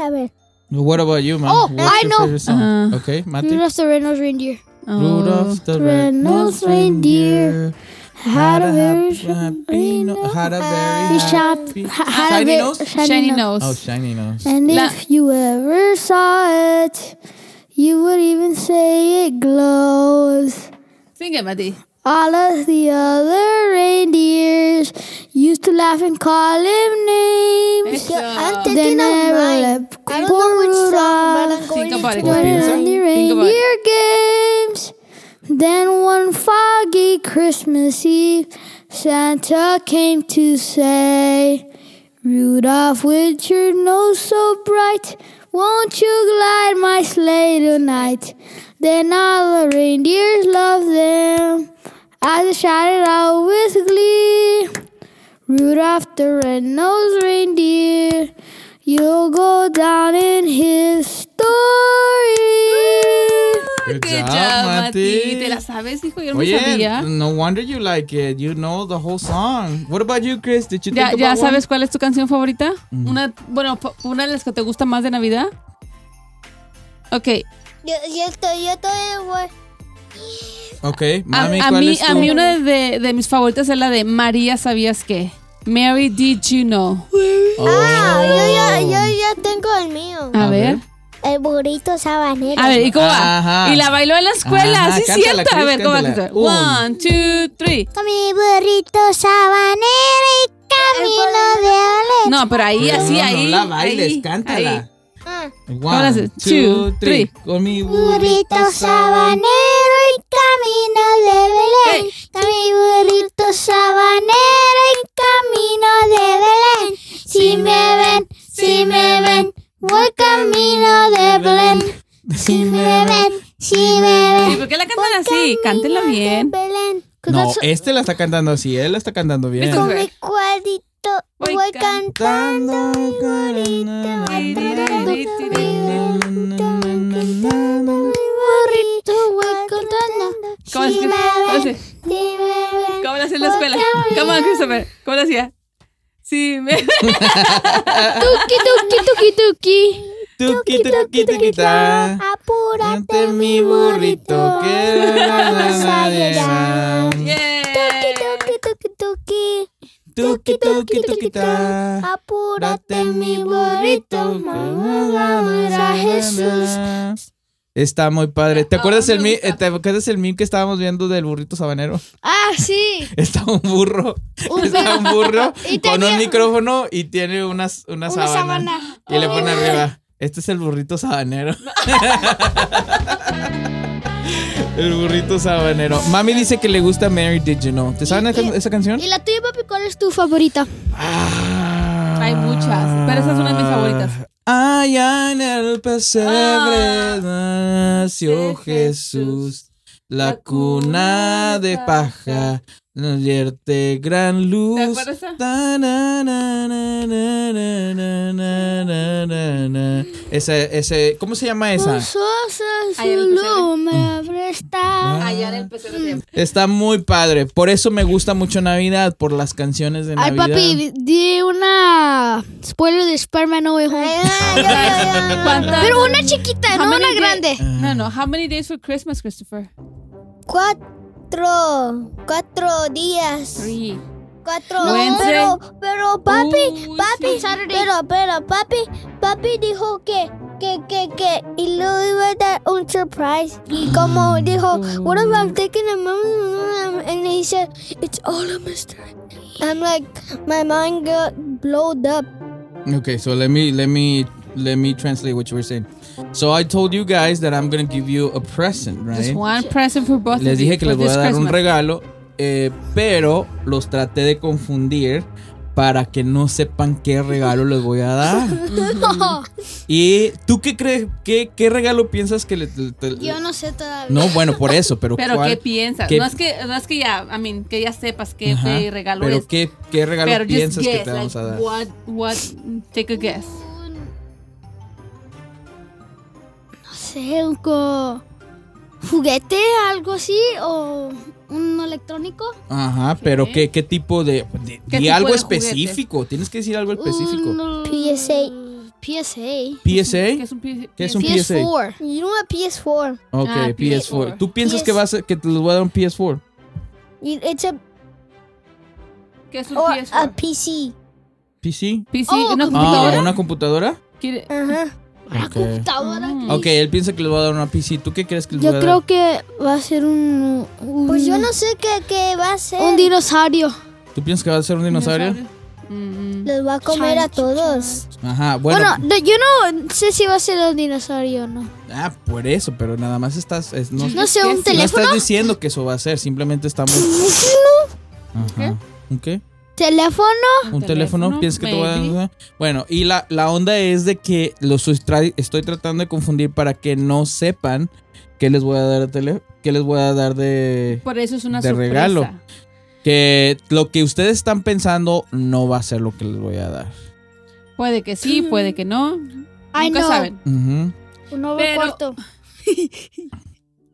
Speaker 4: A ver.
Speaker 2: What about you, man?
Speaker 1: Oh,
Speaker 2: What's
Speaker 1: I
Speaker 2: your
Speaker 1: know.
Speaker 2: favorite song?
Speaker 3: Ajá.
Speaker 2: Okay, Mati.
Speaker 1: Rudolph the Red-Nosed Reindeer.
Speaker 3: Oh.
Speaker 2: Rudolph the
Speaker 1: Red-Nosed
Speaker 2: Red-Nosed
Speaker 1: Reindeer
Speaker 2: Reindeer
Speaker 1: Had a very
Speaker 2: happy no- had a very
Speaker 1: He shot-
Speaker 2: happy-
Speaker 1: had a
Speaker 2: Shiny
Speaker 1: ve-
Speaker 2: nose?
Speaker 3: Shiny
Speaker 1: nose.
Speaker 3: Nose.
Speaker 2: Oh, shiny nose.
Speaker 1: And
Speaker 3: La-
Speaker 1: if you ever saw it, you would even say it glows.
Speaker 3: Sing it, Mati.
Speaker 1: All of the other reindeers used to laugh and call him names.
Speaker 3: Eso.
Speaker 4: I'm
Speaker 1: They
Speaker 4: thinking of
Speaker 1: never
Speaker 4: mine.
Speaker 1: let
Speaker 4: I don't
Speaker 1: poor
Speaker 4: know which song, but I'm
Speaker 1: Rudolph
Speaker 4: going
Speaker 3: Think about
Speaker 4: to
Speaker 3: it.
Speaker 2: Or
Speaker 1: join
Speaker 2: Pizza?
Speaker 1: in the
Speaker 3: Think about it.
Speaker 1: reindeer games. Then one foggy Christmas Eve, Santa came to say, Rudolph, with your nose so bright, won't you glide my sleigh tonight? Then all the reindeers loved them as they shouted out with glee. Rudolph the red-nosed reindeer, you'll go down in history.
Speaker 2: Good
Speaker 3: Good
Speaker 2: job,
Speaker 3: job,
Speaker 2: Mati.
Speaker 3: Mati. ¿Te la sabes, hijo? Yo no me sabía.
Speaker 2: Oye, no wonder you like it. You know the whole song. What about you, Chris? Did you
Speaker 3: ¿Ya,
Speaker 2: think
Speaker 3: ya
Speaker 2: about one?
Speaker 3: sabes cuál es tu canción favorita?
Speaker 2: Mm.
Speaker 3: Una, bueno, po- una de las que te gusta más de Navidad. Ok,
Speaker 4: Yo, yo estoy, yo estoy, voy-
Speaker 2: Okay,
Speaker 3: a,
Speaker 2: mami,
Speaker 3: a
Speaker 2: ¿cuál
Speaker 3: mí,
Speaker 2: es
Speaker 3: a
Speaker 2: tu-
Speaker 3: mí una de, de mis favoritas es la de María, ¿sabías qué? Mary, did you know?
Speaker 2: Oh.
Speaker 4: Ah, yo ya, yo ya tengo el mío.
Speaker 3: A,
Speaker 2: A
Speaker 3: ver.
Speaker 2: ver.
Speaker 4: El burrito sabanero.
Speaker 3: A ver, ¿y cómo va?
Speaker 2: Ajá.
Speaker 3: Y la bailó en la escuela,
Speaker 2: Ajá,
Speaker 3: sí es
Speaker 2: cántala,
Speaker 3: cierto. A
Speaker 2: Cris,
Speaker 3: ver, ¿cómo va?
Speaker 2: cántala.
Speaker 3: One, two, three.
Speaker 4: Con mi burrito sabanero y camino de ole.
Speaker 3: No, pero ahí, así,
Speaker 2: no,
Speaker 3: ahí.
Speaker 2: No la bailes,
Speaker 3: ahí, ahí.
Speaker 2: cántala.
Speaker 4: Ah.
Speaker 2: One,
Speaker 3: haces?
Speaker 2: two,
Speaker 3: Two,
Speaker 2: three.
Speaker 3: three.
Speaker 2: Con mi burrito
Speaker 4: Burrito
Speaker 2: sabanero.
Speaker 4: sabanero y camino de Belén. Con mi burrito sabanero y camino de Belén. Si me ven, si me ven, voy camino de Belén.
Speaker 3: bien.
Speaker 4: Belén. 'Cause
Speaker 2: No,
Speaker 4: that's-
Speaker 2: este la está cantando así, él la está cantando bien.
Speaker 3: Because-
Speaker 4: Con mi cuadrito
Speaker 3: Voy
Speaker 4: voy
Speaker 3: cantando
Speaker 4: cantando mi
Speaker 2: Na,
Speaker 4: gorrito,
Speaker 2: na,
Speaker 4: atrapando mi
Speaker 3: na,
Speaker 4: gorrito, mi gorrito, voy cantando.
Speaker 3: ¿Cómo es
Speaker 4: Si
Speaker 3: que-
Speaker 4: me
Speaker 3: cómo
Speaker 4: ven,
Speaker 3: se-
Speaker 4: si me ven,
Speaker 3: cómo lo hacía en la escuela? ¿Cómo, Christopher? ¿Cómo lo hacía? Sí, me...
Speaker 1: Tuki, tuki, tuki, tuki.
Speaker 2: Tuqui, tuqui, tuquita.
Speaker 4: Apúrate
Speaker 2: Ante
Speaker 4: mi burrito que vamos a llegar.
Speaker 3: Yeah.
Speaker 4: Tuki, tuki, tuki, tuki.
Speaker 2: Tuqui, tuqui, tuquita.
Speaker 4: Apúrate mi burrito, mamá, vamos a Jesús.
Speaker 2: Está muy padre. ¿Te
Speaker 3: Ah,
Speaker 2: acuerdas,
Speaker 3: me
Speaker 2: el meme,
Speaker 3: gusta.
Speaker 2: eh, ¿Te acuerdas el meme que estábamos viendo del burrito sabanero?
Speaker 1: Ah, sí.
Speaker 2: Está un burro.
Speaker 1: Un
Speaker 2: Está un burro
Speaker 1: Y
Speaker 2: con un
Speaker 1: tenía-
Speaker 2: micrófono y tiene unas,
Speaker 1: Una
Speaker 2: una, sábana.
Speaker 1: sábana. Oh,
Speaker 2: Y le pone arriba. Este es el burrito sabanero. el burrito sabanero. Mami dice que le gusta Mary Did You Know. ¿Te saben esa,
Speaker 1: y-
Speaker 2: esa canción?
Speaker 1: ¿Y la tuya, papi, cuál es tu favorita?
Speaker 2: Ah.
Speaker 3: Hay muchas, pero esa es una de mis favoritas.
Speaker 2: Allá en el pesebre
Speaker 3: Ah.
Speaker 2: nació
Speaker 3: De
Speaker 2: Jesús,
Speaker 3: Jesús.
Speaker 2: la
Speaker 3: La
Speaker 2: cuna
Speaker 3: cuna
Speaker 2: de
Speaker 3: de
Speaker 2: paja, nos vierte gran
Speaker 3: ¿Te
Speaker 2: luz.
Speaker 3: acuerdas esa?
Speaker 2: Ta, na, na, na, na, na, na, na, na, na, na. Ese, ese, ¿cómo se llama esa?
Speaker 1: Tus ojos
Speaker 3: Ahí en el
Speaker 1: azul
Speaker 3: pesebre.
Speaker 1: me prestan.
Speaker 3: Allá en el PC
Speaker 2: Ah, Está muy padre. Por eso me gusta mucho Navidad, por las canciones de
Speaker 1: Ay,
Speaker 2: Navidad.
Speaker 1: papi, di una spoiler de Spider-Man No Way Home.
Speaker 2: Ah.
Speaker 3: ¿Cuántas?
Speaker 1: Pero una chiquita, no
Speaker 3: How many
Speaker 1: una
Speaker 3: day-
Speaker 1: grande.
Speaker 3: No, no. How many days for Christmas, Christopher?
Speaker 4: Cuatro, cuatro días.
Speaker 3: Three.
Speaker 4: Cuatro.
Speaker 3: Wednesday.
Speaker 4: Pero, pero papi,
Speaker 3: Uy,
Speaker 4: papi,
Speaker 3: sí.
Speaker 4: pero, pero papi, papi dijo que, que, que, que, y luego iba a dar un surprise. Y como dijo, what if I'm taking a moment? And he said, it's all a mystery. I'm like, my mind got blowed up.
Speaker 2: Okay, so let me let me let me translate what you were saying. So I told you guys that I'm gonna give you a present,
Speaker 3: Just
Speaker 2: right?
Speaker 3: one present for both
Speaker 2: Les
Speaker 3: of you
Speaker 2: dije que
Speaker 3: for
Speaker 2: les voy a
Speaker 3: this
Speaker 2: dar un
Speaker 3: Christmas.
Speaker 2: regalo, eh, pero los traté de confundir para que no sepan qué regalo les voy a dar. ¿Y tú qué crees? Qué, ¿Qué regalo piensas que le... te- te-
Speaker 1: Yo no sé todavía.
Speaker 2: No, bueno, por eso, pero,
Speaker 3: Pero
Speaker 2: ¿cuál?
Speaker 3: ¿qué piensas?
Speaker 2: ¿Qué-
Speaker 3: No, es que, no es que ya, I mean, que ya sepas qué,
Speaker 2: Ajá,
Speaker 3: qué regalo
Speaker 2: pero
Speaker 3: es.
Speaker 2: ¿qué, qué regalo
Speaker 3: pero just
Speaker 2: piensas que
Speaker 3: guess,
Speaker 2: te vamos
Speaker 3: like,
Speaker 2: a dar?
Speaker 3: What, what, take a guess.
Speaker 1: Un- No sé, un co- juguete, algo así, o un electrónico.
Speaker 2: Ajá, pero
Speaker 3: Ok.
Speaker 2: ¿qué, qué tipo de... de-
Speaker 3: ¿Qué
Speaker 2: di
Speaker 3: tipo
Speaker 2: algo
Speaker 3: de juguete? Mm,
Speaker 2: específico, tienes que decir algo específico.
Speaker 1: Un-
Speaker 4: PSA.
Speaker 1: PSA.
Speaker 2: PSA.
Speaker 3: pues, ¿Qué es un P-
Speaker 2: ¿Qué es un-
Speaker 1: PS4.
Speaker 4: You know a PS4?
Speaker 2: Ok,
Speaker 3: Ah,
Speaker 2: PS4.
Speaker 3: PS4.
Speaker 2: ¿Tú piensas
Speaker 4: PS4?
Speaker 2: que, vas a- que te los voy a dar un PS4?
Speaker 4: You- It's a,
Speaker 3: ¿Qué es un
Speaker 4: or Oh, a
Speaker 3: PS4?
Speaker 4: PC.
Speaker 2: ¿PC?
Speaker 3: PC,
Speaker 1: Oh,
Speaker 3: una
Speaker 2: Ah,
Speaker 3: computadora.
Speaker 2: ¿una computadora?
Speaker 3: ¿Quiere-
Speaker 4: Ajá.
Speaker 1: La
Speaker 2: Ah, Ok.
Speaker 1: computadora.
Speaker 3: Mm.
Speaker 2: Ok, él piensa que les voy a dar una PC. ¿Tú qué crees que les
Speaker 1: Yo
Speaker 2: voy a
Speaker 1: creo
Speaker 2: dar?
Speaker 1: que va a ser un, un-
Speaker 4: Pues
Speaker 3: Mm.
Speaker 4: yo no sé qué, qué va a ser.
Speaker 1: un dinosaurio.
Speaker 2: ¿Tú piensas que va a ser un dinosaurio?
Speaker 3: Mm, mm.
Speaker 4: Los va a comer a
Speaker 1: Chan, chan,
Speaker 4: todos.
Speaker 2: Ajá, bueno.
Speaker 1: Bueno, no, yo no sé si va a ser un dinosaurio o no.
Speaker 2: Ah, por eso, pero nada más estás... es- no,
Speaker 1: No sé,
Speaker 3: ¿Qué
Speaker 1: un
Speaker 3: es?
Speaker 2: no
Speaker 1: teléfono.
Speaker 2: estás diciendo que eso va a ser, simplemente estamos... Ajá. ¿Un qué?
Speaker 1: Teléfono.
Speaker 2: ¿Un teléfono?
Speaker 3: teléfono,
Speaker 2: ¿Piensas que te voy a
Speaker 3: maybe.
Speaker 2: dar? Bueno, y la, la onda es de que los estoy, estoy tratando de confundir para que no sepan qué les voy a dar de tele, qué les voy a dar de...
Speaker 3: Por eso es una
Speaker 2: De
Speaker 3: sorpresa.
Speaker 2: regalo. Que lo que ustedes están pensando no va a ser lo que les voy a dar.
Speaker 3: Puede que sí, puede que no.
Speaker 1: Ay,
Speaker 3: Nunca
Speaker 1: no.
Speaker 3: saben.
Speaker 2: Ujú.
Speaker 1: Un nuevo
Speaker 3: Pero-
Speaker 1: cuarto.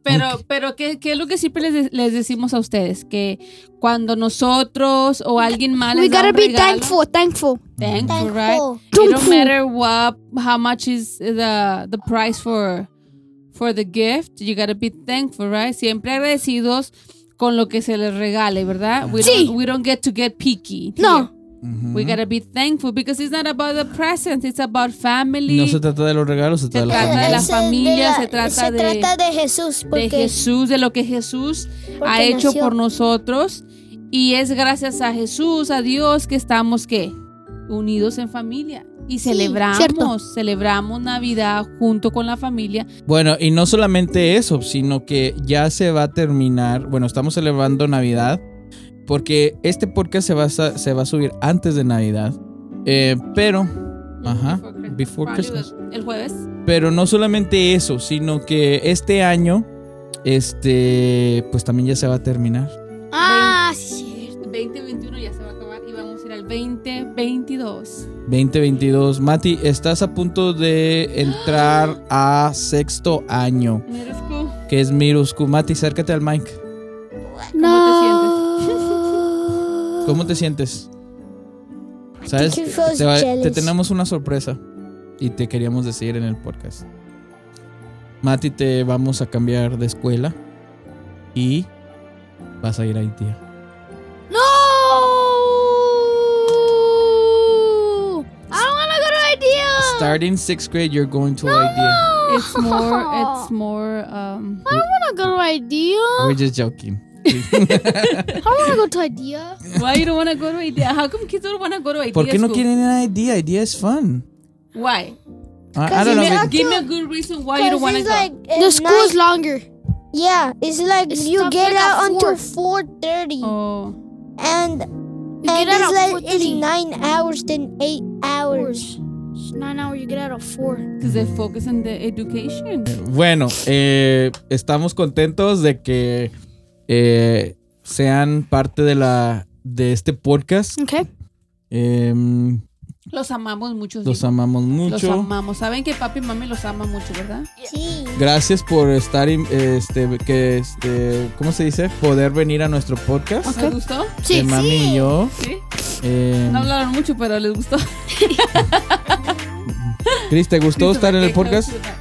Speaker 3: Pero, pero ¿qué, qué es lo que siempre les, de- les decimos a ustedes? Que cuando nosotros o alguien más
Speaker 1: We
Speaker 3: les da
Speaker 1: gotta
Speaker 3: un
Speaker 1: be
Speaker 3: regalo-
Speaker 1: thankful, thankful.
Speaker 3: Thankful, right?
Speaker 4: Thankful.
Speaker 3: It don't
Speaker 1: Thankful.
Speaker 3: matter what, how much is the, the price for, for the gift. You gotta be thankful, right? Siempre agradecidos con lo que se les regale, ¿verdad? We,
Speaker 1: Sí.
Speaker 3: don't, we don't get to get picky.
Speaker 1: No.
Speaker 2: Ujú.
Speaker 3: We gotta be thankful because it's not about the presents, it's about family.
Speaker 2: No se trata de los regalos, se
Speaker 3: Se
Speaker 2: trata de la
Speaker 3: trata
Speaker 2: familia.
Speaker 3: de la
Speaker 4: Ese
Speaker 3: familia, se trata
Speaker 4: se
Speaker 3: de-
Speaker 4: trata de Jesús.
Speaker 3: de
Speaker 4: Porque
Speaker 3: Jesús, de lo que Jesús
Speaker 4: porque
Speaker 3: ha hecho
Speaker 4: nació.
Speaker 3: por nosotros. Y es gracias a Jesús, a Dios, que estamos ¿qué? unidos en familia. Y celebramos,
Speaker 1: cierto.
Speaker 3: celebramos Navidad junto con la familia.
Speaker 2: Bueno, y no solamente eso, sino que ya se va a terminar. Bueno, estamos celebrando Navidad. Porque este podcast se va a, sa- se va a subir antes de Navidad. Eh, pero, Ajá, before
Speaker 3: Probably
Speaker 2: Christmas.
Speaker 3: El jueves.
Speaker 2: pero no solamente eso, sino que este año Este, pues también ya se va a terminar.
Speaker 1: Ah, sí.
Speaker 3: 2021 ya se va a acabar y vamos a ir al 2022.
Speaker 2: 2022. Mati, estás a punto de entrar a sexto año,
Speaker 3: Mira, Scu,
Speaker 2: que es Mirusku. Mati, acércate al mic.
Speaker 1: No.
Speaker 2: ¿Cómo te sientes? ¿Sabes?
Speaker 4: think I was
Speaker 2: Te, va- te
Speaker 4: jealous.
Speaker 2: tenemos una sorpresa y te queríamos decir en el podcast. Mati, te vamos a cambiar de escuela y vas a ir a Haití.
Speaker 1: No. I don't want to go to idea.
Speaker 2: Starting sixth grade, you're going to Idea.
Speaker 3: It's more, it's more, um,
Speaker 1: I don't want to go to idea.
Speaker 2: We're just joking.
Speaker 1: I don't want to go to idea.
Speaker 3: why you don't wanna go to idea? How come kids don't wanna go to idea?
Speaker 2: ¿Por qué no
Speaker 3: Scu?
Speaker 2: quieren ir a Idea? Idea is fun. Ah,
Speaker 3: Why?
Speaker 2: I, I don't
Speaker 4: Cause
Speaker 2: know.
Speaker 4: it's-
Speaker 3: Give me a good reason why you don't wanna
Speaker 4: it's
Speaker 3: go.
Speaker 4: like at
Speaker 1: The school
Speaker 4: night-
Speaker 1: is longer.
Speaker 4: Yeah, it's like
Speaker 1: It
Speaker 4: you
Speaker 1: stops
Speaker 4: get
Speaker 1: like at
Speaker 4: out
Speaker 1: four.
Speaker 4: until four thirty,
Speaker 3: oh,
Speaker 4: and
Speaker 1: You
Speaker 4: and
Speaker 1: get out
Speaker 4: it's
Speaker 1: at
Speaker 4: like it's
Speaker 1: 4:30.
Speaker 4: nine hours then eight hours.
Speaker 1: hours. It's nine hours. You get out at four.
Speaker 3: because
Speaker 2: Mm.
Speaker 3: they focus on the education.
Speaker 2: Bueno, eh, estamos contentos de que eh, sean parte de la de este podcast.
Speaker 1: Okay.
Speaker 2: Em,
Speaker 3: Los amamos mucho.
Speaker 2: los
Speaker 3: Pues sí.
Speaker 2: amamos
Speaker 3: Los
Speaker 2: mucho.
Speaker 3: amamos. Saben que papi y mami los ama mucho, ¿verdad?
Speaker 4: Sí.
Speaker 2: Gracias por estar, in- este, que, este, ¿cómo se dice? Poder venir a nuestro podcast.
Speaker 3: ¿Les gustó?
Speaker 2: de
Speaker 1: Sí.
Speaker 2: mami y yo.
Speaker 3: Sí.
Speaker 2: Em,
Speaker 3: No hablaron mucho, pero les gustó.
Speaker 2: Cris, ¿te gustó estar en el
Speaker 3: ¿Qué
Speaker 2: podcast?
Speaker 3: clausura?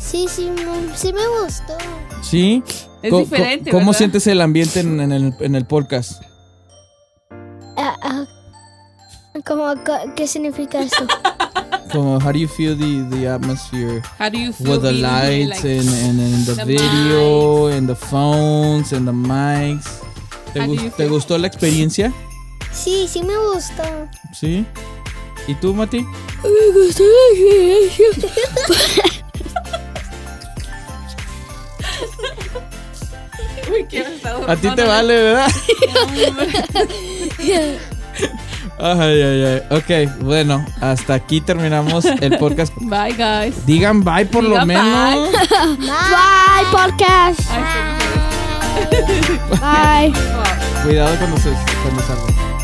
Speaker 4: Sí, sí, me- sí me gustó.
Speaker 2: Sí.
Speaker 3: Es
Speaker 2: Co- co-
Speaker 3: diferente.
Speaker 2: ¿Cómo
Speaker 3: ¿verdad?
Speaker 2: sientes el ambiente en, en el, en el podcast?
Speaker 4: Ah, ah. ¿Cómo, co- ¿Qué significa eso?
Speaker 2: Como, how do you feel the, the atmosphere?
Speaker 3: How do you feel
Speaker 2: with the
Speaker 3: being here,
Speaker 2: lights
Speaker 3: like-
Speaker 2: and, and, and the,
Speaker 3: the
Speaker 2: video and the phones and the mics. ¿Te,
Speaker 3: How do
Speaker 2: gus-
Speaker 3: you
Speaker 2: te
Speaker 3: feel?
Speaker 2: gustó la experiencia?
Speaker 4: Sí, sí me gustó.
Speaker 2: Sí. ¿Y tú, Mati?
Speaker 3: Uy, qué avanzado.
Speaker 2: A ti
Speaker 3: No,
Speaker 2: te
Speaker 3: no, no.
Speaker 2: vale, ¿verdad? Ay, ay, ay. Ok, bueno, hasta aquí terminamos el podcast.
Speaker 3: Bye, guys.
Speaker 2: Digan bye por lo
Speaker 3: Digan bye.
Speaker 2: menos.
Speaker 1: Bye, podcast.
Speaker 3: Ay, qué mujeres.
Speaker 1: Bye.
Speaker 2: Cuidado cuando se cuando salgan.